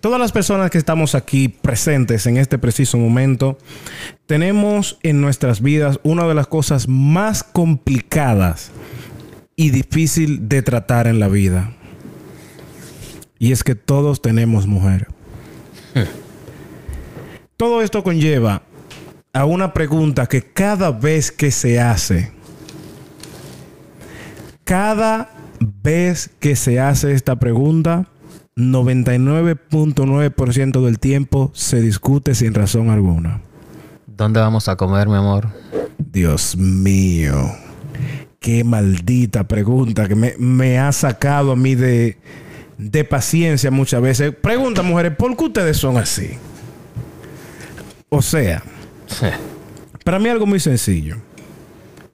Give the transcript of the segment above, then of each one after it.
todas las personas que estamos aquí presentes en este preciso momento, tenemos en nuestras vidas una de las cosas más complicadas y difícil de tratar en la vida. Y es que todos tenemos mujer. Todo esto conlleva a una pregunta que cada vez que se hace, cada vez que se hace esta pregunta, 99.9% del tiempo se discute sin razón alguna. ¿Dónde vamos a comer, mi amor? Dios mío, qué maldita pregunta que me, me ha sacado a mí de, de paciencia muchas veces. Pregunta, mujeres, ¿por qué ustedes son así? O sea, para mí algo muy sencillo.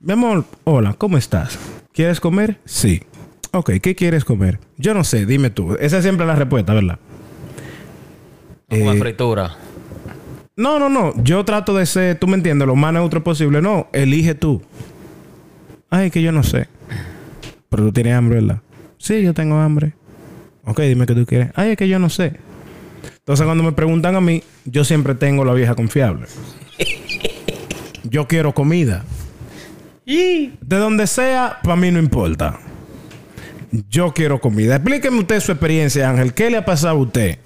Mi amor, hola, ¿cómo estás? ¿Quieres comer? Sí. Ok, ¿qué quieres comer? Yo no sé, dime tú. Esa es siempre la respuesta, ¿verdad? Una fritura. No, no, no. Yo trato de ser, tú me entiendes, lo más neutro posible. No, elige tú. Ay, que yo no sé. Pero tú tienes hambre, ¿verdad? Sí, yo tengo hambre. Ok, dime qué tú quieres. Ay, es que yo no sé. Entonces, cuando me preguntan a mí, yo siempre tengo la vieja confiable. Yo quiero comida. De donde sea, para mí no importa. Yo quiero comida. Explíqueme usted su experiencia, Ángel. ¿Qué le ha pasado a usted?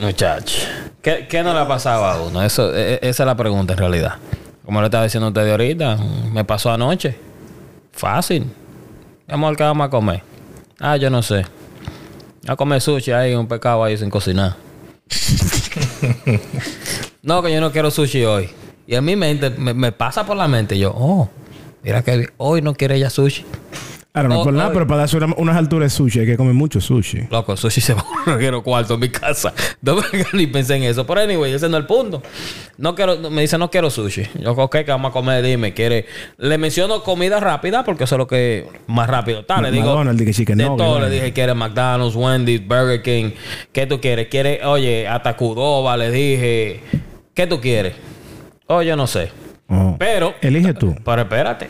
Muchacho. ¿Qué, qué no le ha pasado a uno? Eso, e- e- esa es la pregunta en realidad. Como le estaba diciendo usted de ahorita, me pasó anoche. Fácil. Mi amor, ¿qué vamos a comer? Ah, yo no sé. A comer sushi ahí, un pecado ahí sin cocinar. no, que yo no quiero sushi hoy. Y a mi mente, me, me pasa por la mente yo, oh, mira que bien, hoy no quiere ella sushi. Ahora, no Oh, por nada, oh. pero para darse una- unas alturas de sushi hay que comer mucho sushi. Loco, sushi se va a quiero cuarto en mi casa. No me ni pensé en eso. Pero anyway, ese no es el punto. No quiero, me dice no quiero sushi. Yo ok, que vamos a comer, dime, quiere. Le menciono comida rápida, porque eso es lo que más rápido está. Le digo. McDonald's, dije, chicken de nugget, todo vaina. le dije, quiere McDonald's, Wendy's, Burger King. ¿Qué tú quieres? Quiere, oye, hasta Cudoba le dije. ¿Qué tú quieres? Oh, yo no sé. Oh. Pero- Elige tú. Pero espérate.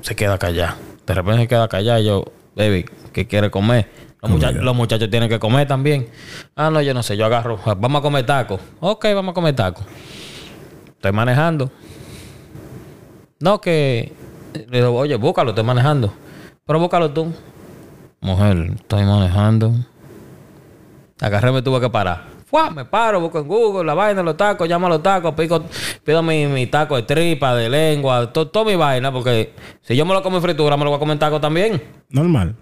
Se queda callado. De repente se queda callado. y Yo, baby, ¿qué quiere comer? Los, mucha- los muchachos tienen que comer también. Ah, no, yo no sé. Yo agarro. Vamos a comer tacos. Ok, vamos a comer tacos. Estoy manejando. No, que. Le digo, oye, búscalo, estoy manejando. Pero búscalo tú. Mujer, estoy manejando. Agarré, me tuve que parar. Fua, me paro, busco en Google, la vaina, los tacos, llamo a los tacos, pico, pido mi, mi taco de tripa, de lengua, to- toda mi vaina, porque si yo me lo como en fritura, me lo voy a comer en taco también. Normal.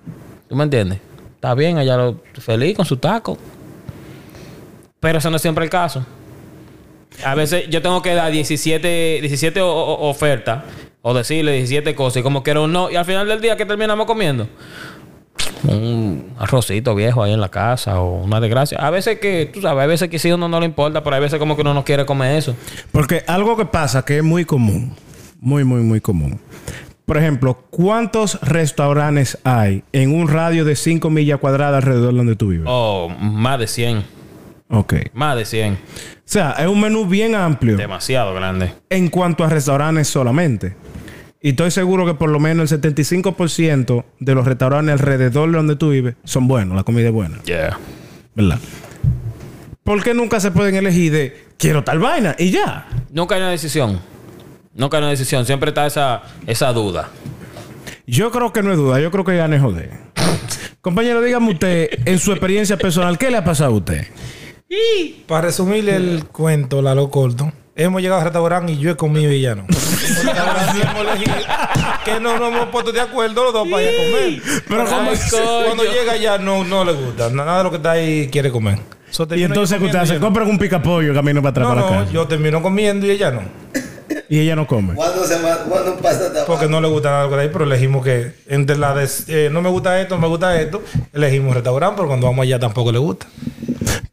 ¿Tú me entiendes? Está bien, ella lo, feliz con su taco. Pero eso no es siempre el caso. A veces yo tengo que dar 17, 17 o- o- ofertas o decirle 17 cosas y como quiero un no. Y al final del día, ¿qué terminamos comiendo? Un arrocito viejo ahí en la casa o una desgracia. A veces que, tú sabes, a veces que sí uno no le importa, pero hay veces como que uno no quiere comer eso. Porque algo que pasa que es muy común, muy, muy, muy común. Por ejemplo, ¿cuántos restaurantes hay en un radio de 5 millas cuadradas alrededor de donde tú vives? O más de 100, Ok. O más de 100. sea, es un menú bien amplio Demasiado grande. en cuanto a restaurantes solamente. Y estoy seguro que por lo menos el 75% de los restaurantes alrededor de donde tú vives son buenos, la comida es buena, Yeah. ¿verdad? ¿Por qué nunca se pueden elegir de quiero tal vaina y ya? Nunca hay una decisión. Nunca hay una decisión. Siempre está esa, esa duda. Yo creo que no hay duda, yo creo que ya no es joder. Compañero, dígame usted, en su experiencia personal, ¿qué le ha pasado a usted? Para resumir el cuento, la lo corto. Hemos llegado al restaurante y yo he comido y ya no. Porque ahora sí hemos elegido que no nos hemos puesto de acuerdo los dos para ir a comer. Pero ¿cómo Ay, es? coño. cuando llega ya no, no le gusta. Nada de lo que está ahí quiere comer. So, Y termino entonces yo que usted comiendo hace, y ella compra un picapollo camino para atrás No, para no, la no, calle. yo termino comiendo y ella no. Y ella no come. ¿Cuándo se ma- cuándo pasa tabaco? Porque no le gusta nada de lo que está ahí, pero elegimos que entre la de eh, no me gusta esto, no me gusta esto, elegimos restaurante, pero cuando vamos allá tampoco le gusta.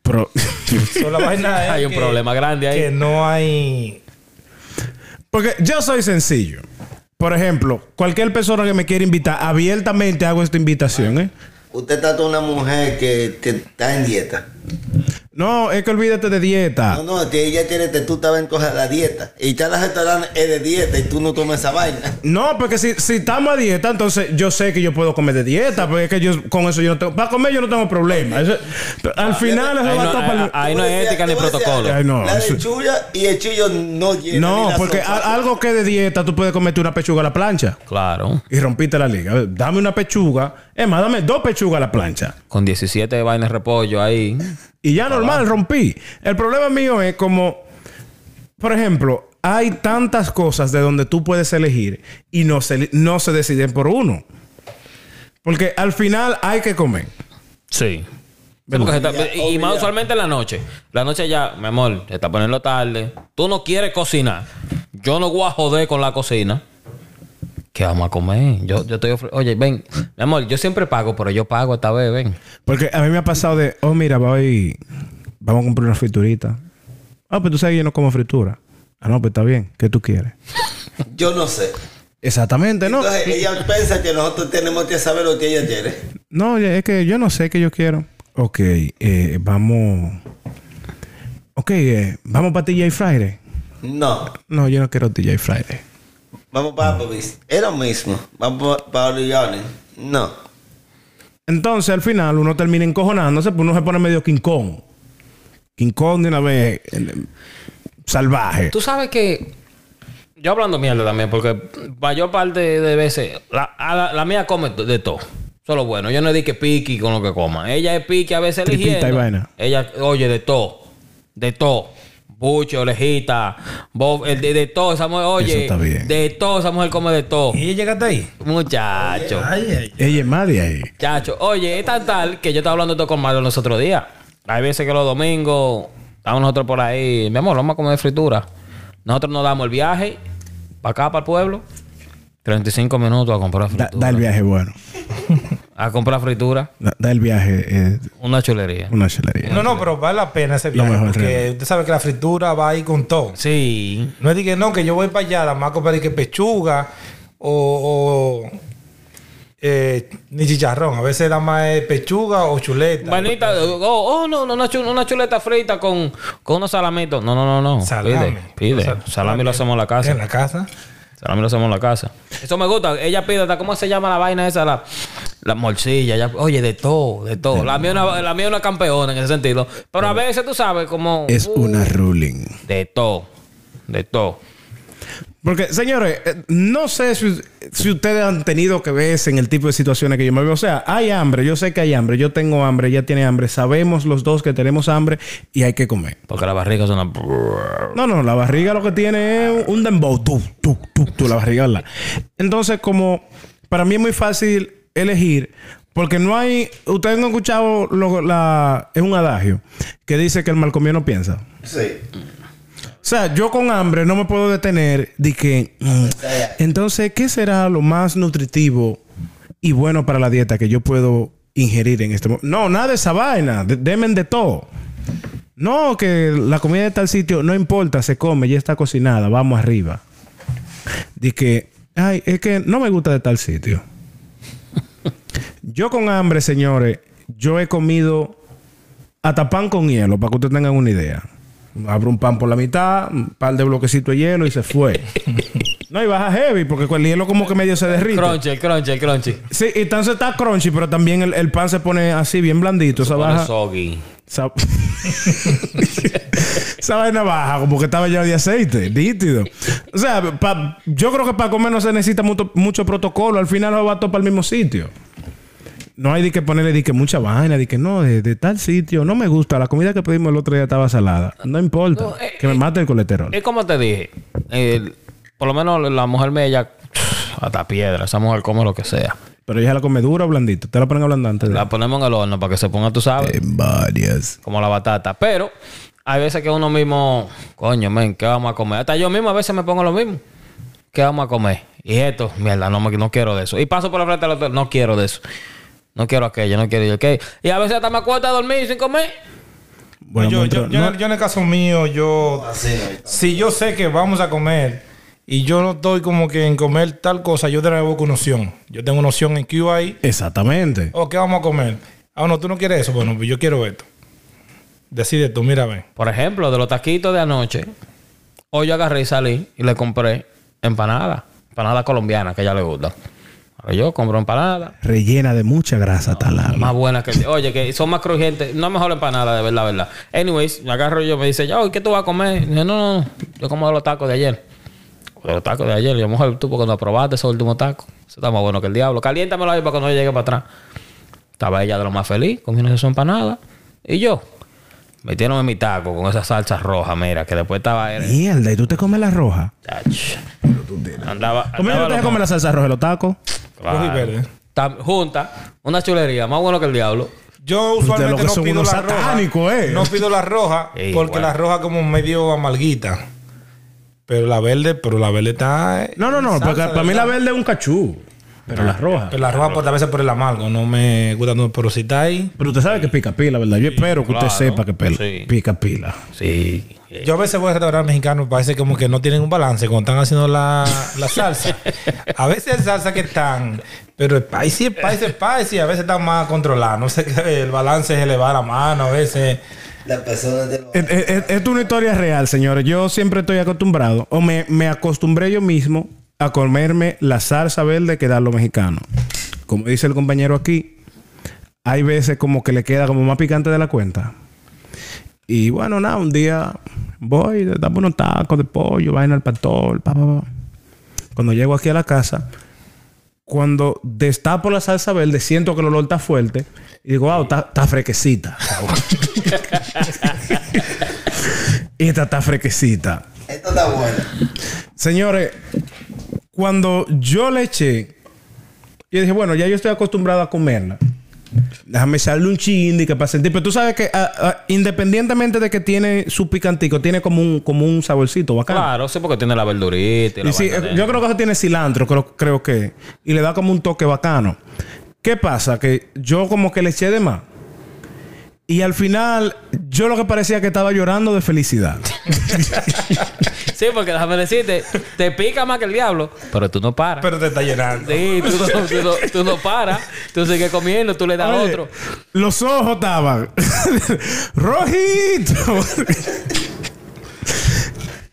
Pero, So, la vaina es Hay un que- problema grande ahí. Que no hay porque yo soy sencillo. Por ejemplo, cualquier persona que me quiera invitar, abiertamente hago esta invitación, ¿eh? Usted trata a una mujer que, que está en dieta. No, es que olvídate de dieta. No, no, que ella quiere que tú te vengas a la dieta. Y ya la restaurante es de dieta y tú no tomas esa vaina. No, porque si, si estamos a dieta, entonces yo sé que yo puedo comer de dieta, porque es que yo con eso yo no tengo. Para comer yo no tengo problema. Eso- al final eso Ahí va a no, estar ahí- para- ahí no Tú hay decías- ética ni tú decías, protocolo. Ay, no, la eso- lechuga y el chullo no llena. ni No, la porque sopa. a- algo que de dieta tú puedes comerte una pechuga a la plancha Claro. y rompiste la liga. A ver, Dame una pechuga, es más, dame dos pechugas a la plancha. Con 17 vainas de repollo ahí. Y ya normal, rompí. El problema mío es como, por ejemplo, hay tantas cosas de donde tú puedes elegir y no se, no se deciden por uno. Porque al final hay que comer. Sí. porque se está- y y más usualmente en la noche. La noche ya, mi amor, se está poniendo tarde. Tú no quieres cocinar. Yo no voy a joder con la cocina. ¿Qué vamos a comer? Yo, yo estoy ofre- Oye, ven, mi amor, yo siempre pago, pero yo pago esta vez, ven. Porque a mí me ha pasado de, oh, mira, voy, vamos a comprar una friturita. Ah, pero tú sabes que yo no como fritura. Ah, no, pues está bien. ¿Qué tú quieres? Yo no sé. Exactamente, no. Entonces ella piensa que nosotros tenemos que saber lo que ella quiere. No, es que yo no sé qué yo quiero. Ok, eh, vamos. Ok, eh, vamos para TJ Friday. No. No, yo no quiero TJ Friday. Vamos para Applebee's. Es lo mismo. Vamos pa- para Oriones. No. Entonces, al final, uno termina encojonándose, pues uno se pone medio King Kong. King Kong de una vez eh, salvaje. Tú sabes que. Yo hablando mierda también, porque mayor parte de veces. La, a la, la mía come de todo. Eso es lo bueno. Yo no di que piqui con lo que coma. Ella es piqui a veces Tripita y eligiendo. vaina. Ella, oye, de todo. De todo. Bucho, orejita, bof, el de, de todo. Esa mujer, oye. Eso está bien. De todo, esa mujer come de todo. ¿Y ella llegaste ahí? Muchacho. Ay, ay. Ella es eh. más de ahí. Chacho, oye, es tan tal que yo estaba hablando esto con Mario los otros días. Hay veces que los domingos estamos nosotros por ahí, mi amor, vamos a comer fritura. Nosotros nos damos el viaje para acá, para el pueblo. 35 minutos a comprar Da, fritura. da el viaje bueno. A comprar fritura. Da, da el viaje eh, Una chulería. una chelería. No, no, pero vale la pena ese Lo viaje. mejor, porque realmente. usted sabe que la fritura va ahí con todo. Sí. No es de que no, que yo voy para allá, la más comprar y que pechuga o, o, eh, ni chicharrón. A veces la más es pechuga o chuleta. Vanita, oh, oh, no, no, una, chu- una chuleta frita con, con unos salamitos. No, no, no, no. Salame. Pide, pide. Sal- salami lo hacemos en la casa. En la casa. Salami lo hacemos en la casa. Eso me gusta. Ella pide hasta cómo se llama la vaina esa, la, la morcilla. Ella- oye, de todo, de todo. La mía, es una, la mía es una campeona en ese sentido. Pero a veces tú sabes como... Es uh, una ruling. De todo, de todo. Porque, señores, eh, no sé si, si ustedes han tenido que verse en el tipo de situaciones que yo me veo. O sea, hay hambre, yo sé que hay hambre, yo tengo hambre, ella tiene hambre, sabemos los dos que tenemos hambre y hay que comer. Porque la barriga suena... No, no, la barriga lo que tiene es un dembow, tú, tú, tú, tú, la barriga, ¿verdad? Entonces, como para mí es muy fácil elegir, porque no hay, ustedes no han escuchado, lo- la, es un adagio que dice que el malcomido no piensa. Sí. O sea, yo con hambre no me puedo detener de que... mm, entonces, ¿qué será lo más nutritivo y bueno para la dieta que yo puedo ingerir en este momento? No, nada de esa vaina. de- Demen de todo. No, que la comida de tal sitio no importa, se come, ya está cocinada, vamos arriba. De que, ay, es que no me gusta de tal sitio. Yo con hambre, señores, yo he comido hasta pan con hielo, para que ustedes tengan una idea. Abro un pan por la mitad, un par de bloquecitos de hielo y se fue. no, y baja heavy, porque con el hielo como que medio se derrite. Crunchy, el crunchy, el crunchy. Sí, y entonces está crunchy, pero también el, el pan se pone así, bien blandito. esa Pone baja- soggy. esa- Esa vaina baja, como que estaba lleno de aceite, nítido. O sea, pa- yo creo que para comer no se necesita mucho, mucho protocolo. Al final lo va a topar al mismo sitio. No hay de que ponerle de que mucha vaina, de que no, de, de tal sitio. No me gusta. La comida que pedimos el otro día estaba salada. No importa. No, eh, que me mate el colesterol. Es como te dije, el- por lo menos la mujer me ella... Hasta piedra, esa mujer come lo que sea. Pero ella la come dura o blandita. Te la ponen ablandante. La ponemos en el horno para que se ponga, tú sabes. En varias. como la batata. Pero hay veces que uno mismo, coño, men, ¿qué vamos a comer? Hasta yo mismo a veces me pongo lo mismo. ¿Qué vamos a comer? Y esto, mierda, no, me- no quiero de eso. Y paso por la frente del hotel, no quiero de eso. No quiero aquello, no quiero yo aquello. Y a veces hasta me acuerdo a dormir sin comer. Bueno, yo, yo, Montro- yo- no- yo en el caso mío, yo... Así no. Si yo sé que vamos a comer y yo no estoy como que en comer tal cosa, yo te la busco una opción. Yo tengo una opción en QI. Exactamente. ¿O qué vamos a comer? Ah, no, tú no quieres eso. Bueno, pues yo quiero esto. Decide tú, mira, ven. Por ejemplo, de los taquitos de anoche, hoy yo agarré y salí y le compré empanada. Empanada colombiana, que a ella le gusta. Ahora yo compro empanada. Rellena de mucha grasa talada. Más buenas que... Oye, que son más crujientes. No es mejor la empanada, de verdad, verdad. Anyways, me agarro yo, me dice, ya, ¿y qué tú vas a comer? Y yo, no, no, no. Yo como de los tacos de ayer. De los tacos de ayer. Y yo, mujer, tú, cuando probaste esos últimos tacos, eso está más bueno que el diablo. Caliéntamelo ahí para que no llegue para atrás. Estaba ella de lo más feliz, comiéndose su empanada. Y yo, metieron en mi taco con esa salsa roja, mira, que después estaba... era- Mierda, ¿y tú te comes la roja? Ach. Andaba... ¿Cómo andaba no Eh, te loco. comes la salsa roja de los tacos? Rojo y verde. Tam- Junta, una chulería, más bueno que el diablo. Yo lo usualmente que no son pido unos la satánicos, roja. eh. No pido la roja Ey, porque bueno. la roja como medio amarguita. Pero la verde, pero la verde está. eh, No, no, no. salsa Porque de para mí verdad. la verde es un cachú. Pero la roja. Pero la roja por, a veces por el amargo, no me gusta, no, pero si está ahí. Pero usted sabe que pica pila, ¿verdad? Yo espero que usted claro. sepa que pel- Sí. pica pila. Sí. Eh, Yo a veces voy a restaurantes mexicanos, parece como que no tienen un balance cuando están haciendo la, la salsa. A veces hay salsa que están, pero spicy, spicy, spicy, a veces están más controladas. No sé qué, el balance es elevar la mano, a veces. Las personas de los. Eh, eh, eh, Esto es una historia real, señores. Yo siempre estoy acostumbrado, o me, me acostumbré yo mismo a comerme la salsa verde que dan los mexicanos. Como dice el compañero aquí, hay veces como que le queda como más picante de la cuenta. Y bueno, nada, un día voy, le damos unos tacos de pollo, vaina al pastor, pa, pa, pa. Cuando llego aquí a la casa, cuando destapo la salsa verde, siento que el olor está fuerte. Y digo, wow, está, está frequecita. y esta está frequecita. Esto está bueno. Señores, cuando yo le eché, yo dije, bueno, ya yo estoy acostumbrado a comerla. Déjame echarle un chin de que para sentir. Pero tú sabes que ah, ah, independientemente de que tiene su picantico, tiene como un, como un saborcito bacano. Claro, sí, porque tiene la verdurita. Y la Y sí, vaina eh, de- yo creo que eso tiene cilantro, creo, creo que. Y le da como un toque bacano. ¿Qué pasa? Que yo como que le eché de más. Y al final, yo lo que parecía que estaba llorando de felicidad. Sí, porque déjame decirte, te pica más que el diablo, pero tú no paras. Pero te está llenando. Sí, tú no, tú no- tú no paras, tú sigues comiendo, tú le das Oye, otro. Los ojos estaban rojitos.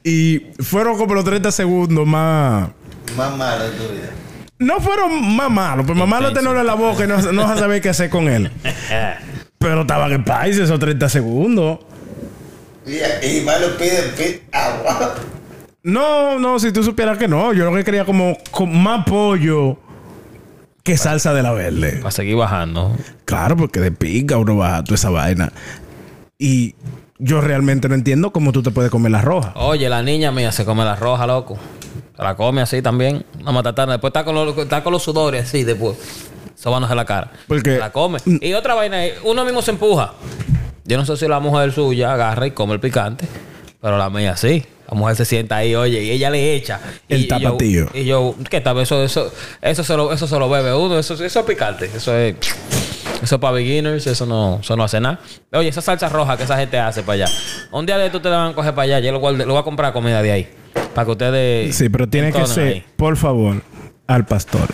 y fueron como los 30 segundos más. Más malo en tu vida. No fueron más malos, pero más malo Intenso. tenerlo en la boca y no, no vas a saber qué hacer con él. Pero estaban en país esos 30 segundos. Y, y malo pide, pide agua. No, no, si tú supieras que no. Yo lo que quería como con más pollo que salsa de la verde. Para seguir bajando. Claro, porque de pica uno baja toda esa vaina. Y yo realmente no entiendo cómo tú te puedes comer la roja. Oye, la niña mía se come la roja, loco. Se la come así también. Una matatana. Después está con los, está con los sudores así, después. Sobándose la cara. Porque- Se la come. Y otra vaina es, uno mismo se empuja. Yo no sé si la mujer suya agarra y come el picante, pero la mía sí. La mujer se sienta ahí, oye, y ella le echa. Y- El y yo- tapatío. Y yo, ¿qué tal? Eso, eso, eso, se lo, eso se lo bebe uno, eso, eso es picante. Eso es. Eso es para beginners, eso no, eso no hace nada. Oye, esa salsa roja que esa gente hace para allá. Un día de tú te la van a coger para allá, yo lo, guarde- lo voy a comprar comida de ahí. Para que ustedes. Sí, pero tiene que entonen ser, Ahí. por favor, al pastor.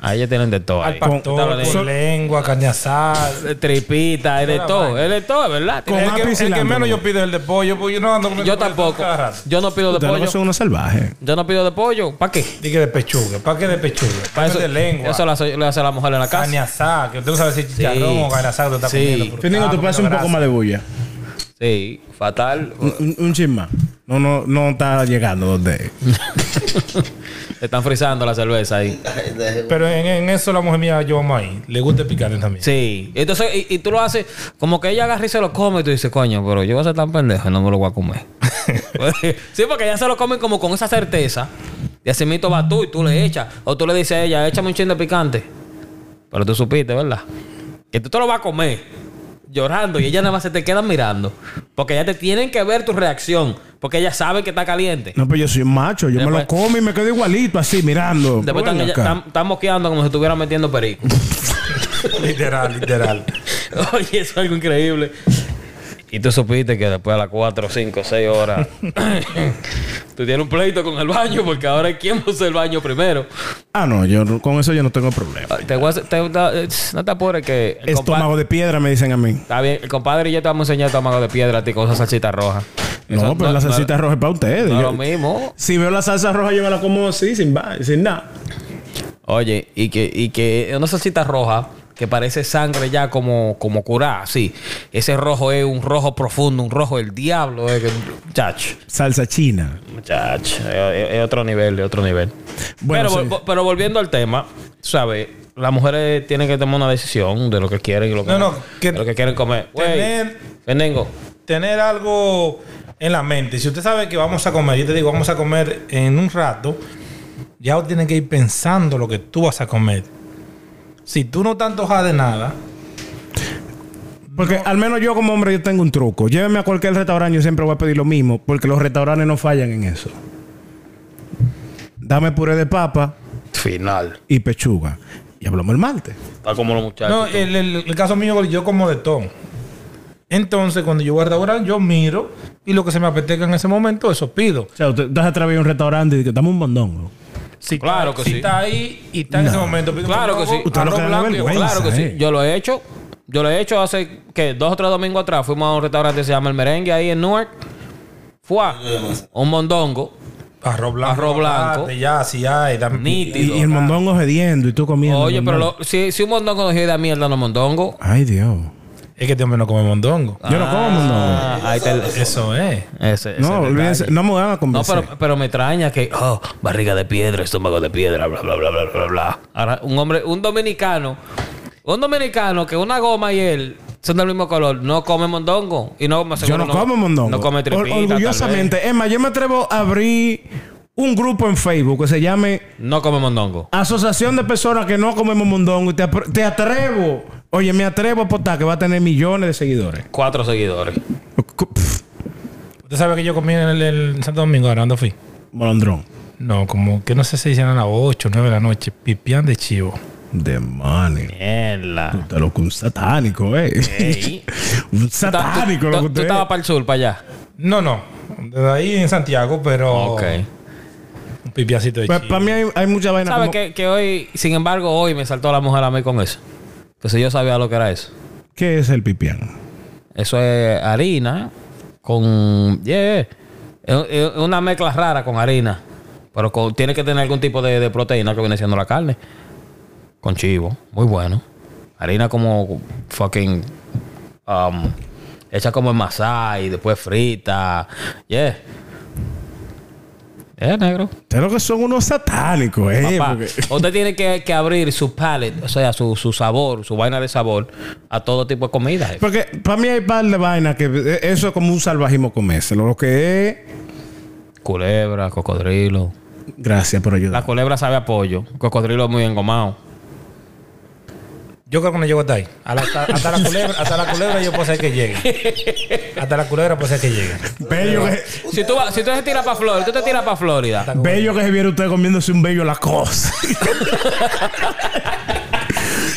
Ahí ya tienen de todo. Al ahí. Con- pastor, con con- lengua, carne asada. Tripita, es de todo, es de todo, ¿verdad? Con el, que, apio y el que cilantro, menos ¿no? yo pido es el de pollo, porque yo no ando comiendo Yo pollo tampoco. cada rato. Yo no pido de Ustedes lo que pollo. son unos salvajes. Yo no pido de pollo. ¿Para qué? Dije de pechuga. ¿Para qué de pechuga? Para eso, de lengua. eso lo hace, lo hace la mujer en la casa. Carne asada, que usted no sabe si es chicharrón Sí. o carne asada que usted está Sí. comiendo. pero Fíjate, está Ah, tú pasas un comiendo poco más de bulla. Sí, fatal. Un, un, un chin más. No, no, no está llegando donde. Te están frizando la cerveza ahí. grasa. Pero en, en eso la mujer mía, yo vamos ahí. Le gusta el picante también. Sí. Entonces, y, y tú lo haces, como que ella agarra y se lo come y tú dices, coño, pero yo voy a ser tan pendejo y no me lo voy a comer. sí, porque ella se lo comen como con esa certeza. Y así mito va tú y tú le echas. O tú le dices a ella, échame un chin de picante. Pero tú supiste, ¿verdad? Que tú te lo vas a comer llorando y ella nada más se te queda mirando. Porque ya te tienen que ver tu reacción. Porque ella sabe que está caliente. No, pero yo soy un macho. Yo me Después- lo como y me quedo igualito así, mirando. Después están, Ven ella- acá. están- están mosqueando como si estuvieran metiendo perico. literal, literal. Oye, eso es algo increíble. Y tú supiste que después de las 4, 5, 6 horas Tú tienes un pleito con el baño porque ahora quién usa el baño primero. Ah, no, yo no- con eso yo no tengo problema. Ah, Te voy a hacer- te- te- no te apures que... el compa- Estómago de piedra, me dicen a mí. Está bien, el compadre y yo te vamos a enseñar estómago de piedra a ti con esa salsita roja. No, Eso pero la salsita roja es para ustedes. No, Yo- lo mismo. si veo la salsa roja, yo me la como así, sin, ba- sin nada. Oye, y que, y que una salsita roja que parece sangre ya como, como curada, sí. Ese rojo es un rojo profundo, un rojo del diablo. eh, que- Muchacho, Salsa china. muchacho, es, es otro nivel, es otro nivel. Bueno, pero, sí. vol- pero volviendo al tema, ¿sabes? Las mujeres tienen que tomar una decisión de lo que quieren y lo que, No, no, que- de lo que quieren comer. Güey, tener- Fenengo, tener algo en la mente. Si usted sabe que vamos a comer, yo te digo, vamos a comer en un rato, ya usted tiene que ir pensando lo que tú vas a comer. Si tú no te antojas de nada, Porque al menos yo como hombre yo tengo un truco. Llévenme a cualquier restaurante, yo siempre voy a pedir lo mismo, porque los restaurantes no fallan en eso. Dame puré de papa final. y pechuga. Y hablamos el martes. Está como los muchachos. no, el, el- el caso mío, yo como de todo. Entonces, cuando yo voy al restaurante, yo miro y lo que se me apetezca en ese momento, eso pido. O sea, usted te has atrevido a un restaurante y dice, dame un mondongo. Si Claro está, que si sí. está ahí y está en ese momento, pido un Claro que sí. poco, Usted lo arroz que le da blanco y- vergüenza. Claro que sí. eh. Yo lo he hecho. Yo lo he hecho hace que dos o tres domingos atrás. Fuimos a un restaurante que se llama El Merengue ahí en Newark. Fue un mondongo Arroz blanco. Arroz blanco. aguacate, Ya, si hay, dame- Y, nítido. y el mondongo jediendo y tú comiendo. Ah. Oye, el pero mondongo. lo- si, si un mondongo no es de mierda, no es mondongo. Ay, Dios. Es que este hombre no come mondongo. Yo no como mondongo. Ah, ahí te- Eso es. ese- ese No, olvídense. detalle. No me van a No, convencer. pero, pero me extraña que, oh, barriga de piedra, estómago de piedra, bla, bla, bla, bla, bla, bla. Ahora, un hombre, un dominicano, un dominicano que una goma y él son del mismo color, no come mondongo. Y Este no, más Yo seguro no, como mondongo. No come tripita, Or- Orgullosamente. Es más, yo me atrevo a abrir un grupo en Facebook que se llame tal vez. No come mondongo. Asociación de Personas que no comemos mondongo. Y te, apr- te atrevo. Oye, me atrevo a apostar que va a tener millones de seguidores. Cuatro seguidores. Pff, ¿Usted sabe que yo comí en el, el Santo Domingo? ¿Ahora dónde fui? Molondrón. No, como que no sé si hicieron a las 8 9 de la noche. Pipián de chivo. Demonio. Mierda. Te lo que un satánico, eh. Ey. un Tú ta- tú- satánico lo que tú- Tú usted estabas para el sur, para allá. No, no. Desde ahí en Santiago, Oh. pero. Ok. Un pipiancito de Para chivo. mí hay, hay mucha vaina. ¿Sabes como- que, que hoy, sin embargo, hoy me saltó la mujer a mí con eso? Que si yo sabía lo que era eso. ¿Qué es el pipián? Eso es harina con. Yeah. Es- Es una mezcla rara con harina. Pero con- tiene que tener algún tipo de, de proteína que viene siendo la carne. Con chivo. Muy bueno. Harina como fucking. um, hecha como en masá y después frita. Yeah. Es negro. Ustedes lo que son unos satánicos, eh. Papá, porque- usted tiene que, que abrir su palate, o sea, su, su sabor, su vaina de sabor a todo tipo de comida. jefe. Porque para mí hay par de vainas que eh, eso es como un salvajismo comérselo. Lo que es. Culebra, cocodrilo. Gracias por La ayudar. culebra sabe a pollo. Cocodrilo es muy engomado. Yo creo que no llego hasta ahí. A la- hasta, hasta la culebra, hasta la culebra yo puedo ser que llegue. Hasta la culebra puede ser que llegue. Bello que, Si tú, vas- si tú te tiras para Florida, tú te tiras para Florida. bello que se viera usted comiéndose un bello Lacoste.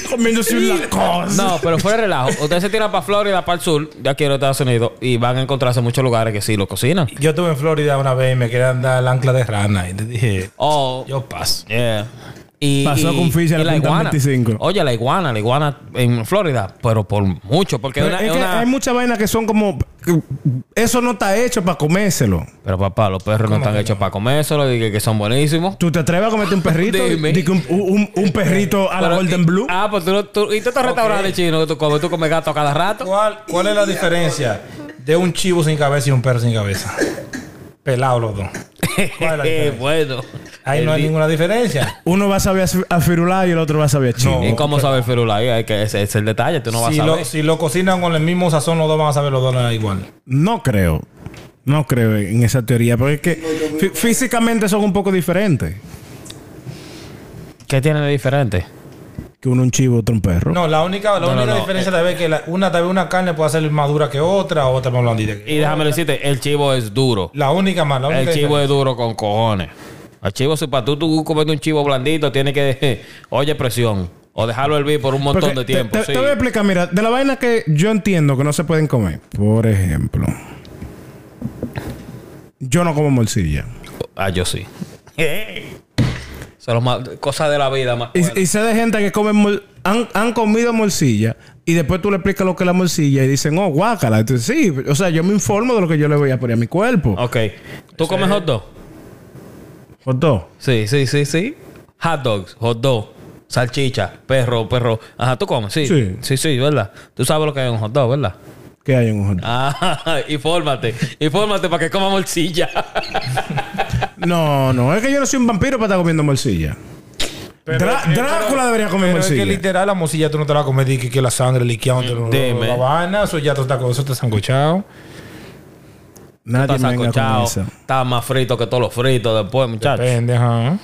comiéndose un Lacoste. No, pero fuera de relajo. Usted se tira para Florida, para el sur, de aquí en los Estados Unidos, y van a encontrarse muchos lugares que sí lo cocinan. Yo estuve en Florida una vez y me querían dar el ancla de rana. Y te dije, Oh, yo paso. yeah. Y, Pasó y- con Fisher y la punta 25. Oye, la iguana, la iguana en Florida, pero por mucho, porque es Pero una- es que es una- hay muchas vainas que son como. que Eso no está hecho para comérselo. Pero papá, los perros no están hechos para comérselo, dije que son buenísimos. ¿Tú te atreves a comerte un perrito? Dime. Di que un, un- un perrito a la Pero- Golden Blue. Ah, pues tú, no- tú y tú estás restaurante chino que tú comes, tú comes gato a cada rato. ¿Cuál, ¿Cuál es la diferencia de un chivo sin cabeza y un perro sin cabeza? Pelado los dos. ¿Cuál es la Eh, diferencia? bueno. Ahí no hay ninguna diferencia. Uno va a saber a firular y el otro va a saber a chino. ¿Y cómo sabe el firula ahí? Hay que- ese ese es el detalle, tú no vas si, a lo, saber. si lo cocinan con el mismo sazón, los dos van a saber los dólares igual. No creo. No creo en esa teoría. Porque es que fí- físicamente son un poco diferentes. ¿Qué tiene de diferente? Que uno un chivo, otro un perro. No, la única, la no, única no. diferencia tal vez que la- una tal vez una carne puede ser más dura que otra, otra más blandita. que- Y déjame decirte, el chivo es duro. La única más, la única El chivo es duro con cojones. El chivo, si para tú, tú comes un chivo blandito, tiene que, oye, presión. O dejarlo hervir por un montón Porque de tiempo. Te, te- sí. te voy a explicar, mira, de la vaina que yo entiendo que no se pueden comer. Por ejemplo, yo no como morcilla. Ah, yo sí. Son los más- cosas de la vida más. Y, y sé de gente que come mol- han, han comido morcilla y después tú le explicas lo que es la morcilla y dicen, oh, guácala. Entonces, sí, o sea, yo me informo de lo que yo le voy a poner a mi cuerpo. Ok. ¿Tú comes hot dog? ¿Por todo? Sí, sí, sí, sí. Hot dogs, hot dog, salchicha, perro, perro. Ajá, tú comes, sí. Sí. Sí, sí, ¿verdad? Tú sabes lo que hay en un hot dog, ¿verdad? ¿Qué hay en un hot dog? Ah, infórmate, infórmate para que coma morcilla. No, no, es que yo no soy un vampiro para estar comiendo morcilla. Dra- es que- Drácula pero- debería comer pero morcilla. Es que literal la morcilla tú no te la comes y que, que la sangre liqueando la, Dime. la vaina, eso ya tú estás con eso, te sancochado. Nadie Está me venga con sacochado, eso. está más frito que todos los fritos después, muchachos. Depende, ajá.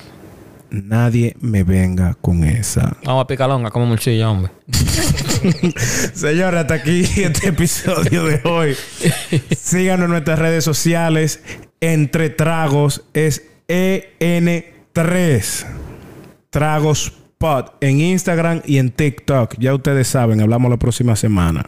Nadie me venga con esa. Vamos a picalonga, come morcilla, hombre. Señora, hasta aquí este episodio de hoy. Síganos en nuestras redes sociales. Entre Tragos es EN3. Tragos Pod en Instagram y en TikTok. Ya ustedes saben, hablamos la próxima semana.